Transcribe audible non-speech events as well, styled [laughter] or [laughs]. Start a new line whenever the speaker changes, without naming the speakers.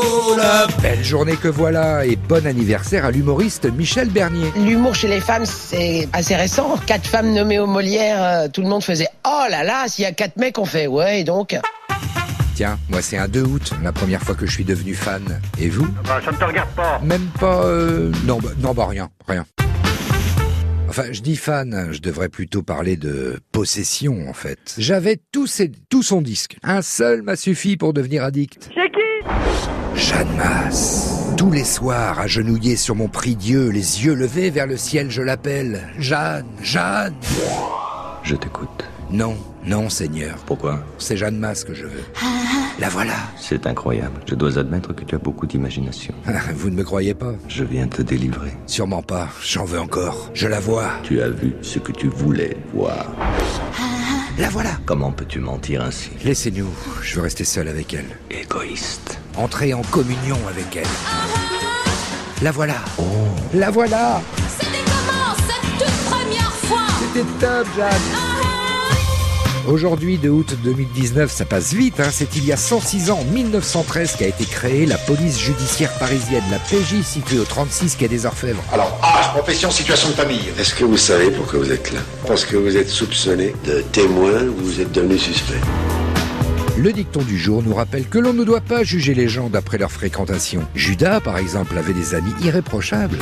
Club.
Belle journée que voilà et bon anniversaire à l'humoriste Michel Bernier.
L'humour chez les femmes, c'est assez récent. Quatre femmes nommées aux Molières, euh, tout le monde faisait Oh là là, s'il y a quatre mecs, on fait Ouais, et donc.
Tiens, moi c'est un 2 août, la première fois que je suis devenu fan. Et vous
Bah, ça ne te regarde pas.
Même pas... euh, Non, bah, non, bah rien, rien. Enfin, je dis fan, je devrais plutôt parler de possession en fait. J'avais tout, ses- tout son disque. Un seul m'a suffi pour devenir addict.
C'est qui
Jeanne Masse. Tous les soirs, agenouillé sur mon prie Dieu, les yeux levés vers le ciel, je l'appelle. Jeanne, Jeanne
Je t'écoute.
Non, non Seigneur,
Pourquoi
c'est Jeanne Masse que je veux. La voilà [laughs]
C'est incroyable. Je dois admettre que tu as beaucoup d'imagination.
Vous ne me croyez pas
Je viens te délivrer.
Sûrement pas, j'en veux encore. Je la vois.
Tu as vu ce que tu voulais voir.
La voilà
Comment peux-tu mentir ainsi
Laissez-nous, je veux rester seul avec elle.
Égoïste.
Entrer en communion avec elle. La voilà La voilà
C'était comment cette toute première fois
C'était top, Jeanne Aujourd'hui, de août 2019, ça passe vite, hein. c'est il y a 106 ans, en 1913, qu'a été créée la police judiciaire parisienne, la PJ, située au 36 quai des Orfèvres.
Alors, âge, profession, situation de famille.
Est-ce que vous savez pourquoi vous êtes là Parce que vous êtes soupçonné de témoin, vous êtes devenu suspect.
Le dicton du jour nous rappelle que l'on ne doit pas juger les gens d'après leur fréquentation. Judas, par exemple, avait des amis irréprochables.